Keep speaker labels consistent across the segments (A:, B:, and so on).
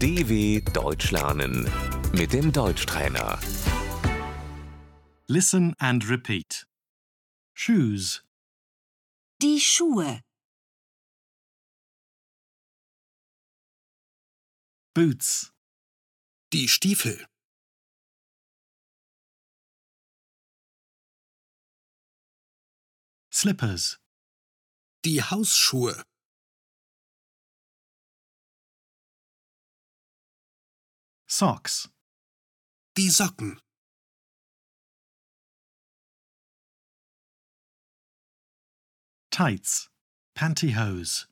A: DW Deutsch lernen mit dem Deutschtrainer.
B: Listen and repeat. Shoes,
C: Die Schuhe,
B: boots,
D: Die Stiefel.
B: slippers,
D: Die Hausschuhe.
B: socks,
D: Die Socken.
B: tights, pantyhose,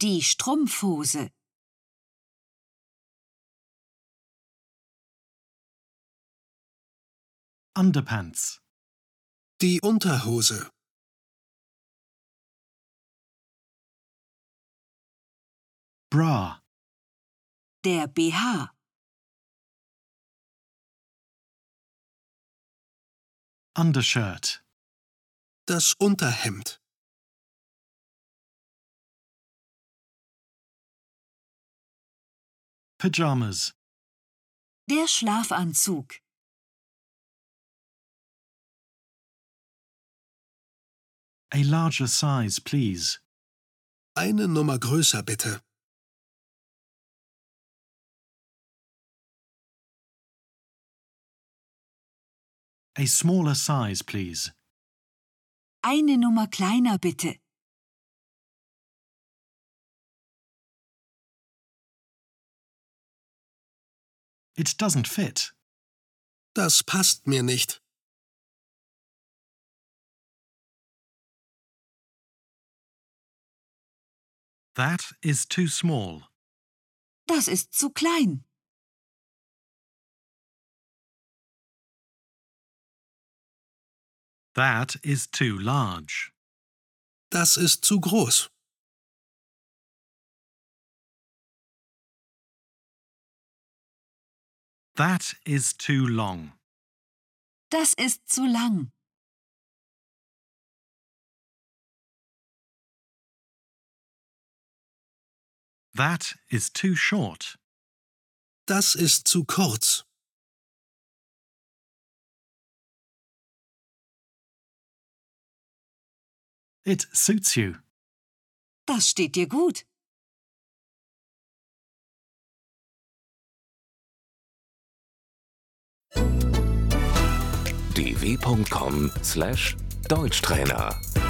C: die Strumpfhose,
B: underpants,
D: Die Unterhose.
B: bra,
C: der BH,
B: undershirt,
D: Das Unterhemd.
B: pajamas,
C: der Schlafanzug,
B: a larger size please,
D: Eine Nummer größer bitte.
B: a smaller size please,
C: eine Nummer kleiner bitte,
B: it doesn't fit,
D: Das passt mir nicht.
B: that is too small,
C: das ist zu klein,
B: that is too large,
D: Das ist zu groß.
B: that is too long,
C: das ist zu lang,
B: that is too short,
D: Das ist zu kurz.
B: it suits you.
C: das steht dir gut.
A: dw.com/deutschtrainer